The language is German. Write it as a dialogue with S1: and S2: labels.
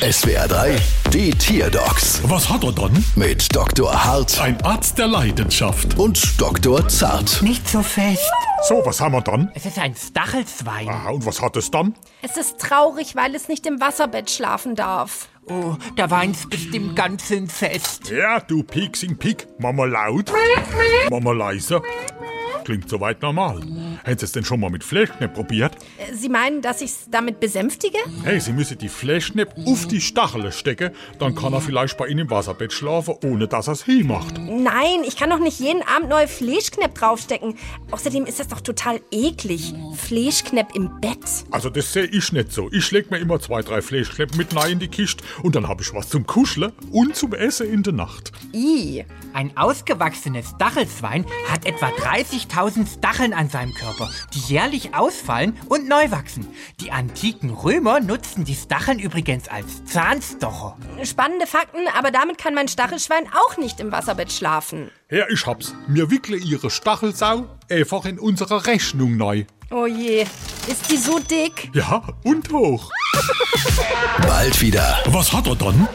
S1: SWR 3, die Tierdocs
S2: Was hat er dann?
S1: mit Dr. Hart
S2: Ein Arzt der Leidenschaft.
S1: und Dr. Zart.
S3: Nicht so fest.
S2: So, was haben wir dann?
S3: Es ist ein Stachelschwein.
S2: Aha, und was hat es dann?
S4: Es ist traurig, weil es nicht im Wasserbett schlafen darf.
S3: Oh, da weinst bestimmt ganz schön fest.
S2: Ja, du Pieksing Piek, Mama laut, Mama leise. Klingt soweit normal. Hätten Sie es denn schon mal mit Fleischknepp probiert?
S4: Äh, Sie meinen, dass ich es damit besänftige?
S2: Hey, Sie müssen die Fleischknepp auf die Stachel stecken, dann kann er vielleicht bei Ihnen im Wasserbett schlafen, ohne dass er es hinmacht.
S4: Nein, ich kann doch nicht jeden Abend neue Fleischknepp draufstecken. Außerdem ist das doch total eklig. Fleischknepp im Bett.
S2: Also das sehe ich nicht so. Ich leg mir immer zwei, drei Fleischknepp mit rein in die Kiste und dann habe ich was zum Kuscheln und zum Essen in der Nacht.
S4: I.
S3: Ein ausgewachsenes Stachelschwein hat etwa 30.000 Stacheln an seinem Körper, die jährlich ausfallen und neu wachsen. Die antiken Römer nutzten die Stacheln übrigens als Zahnstocher.
S4: Spannende Fakten, aber damit kann mein Stachelschwein auch nicht im Wasserbett schlafen.
S2: Ja, ich hab's. Wir wickeln Ihre Stachelsau einfach in unsere Rechnung neu.
S4: Oh je, ist die so dick?
S2: Ja, und hoch.
S1: Bald wieder.
S2: Was hat er dann?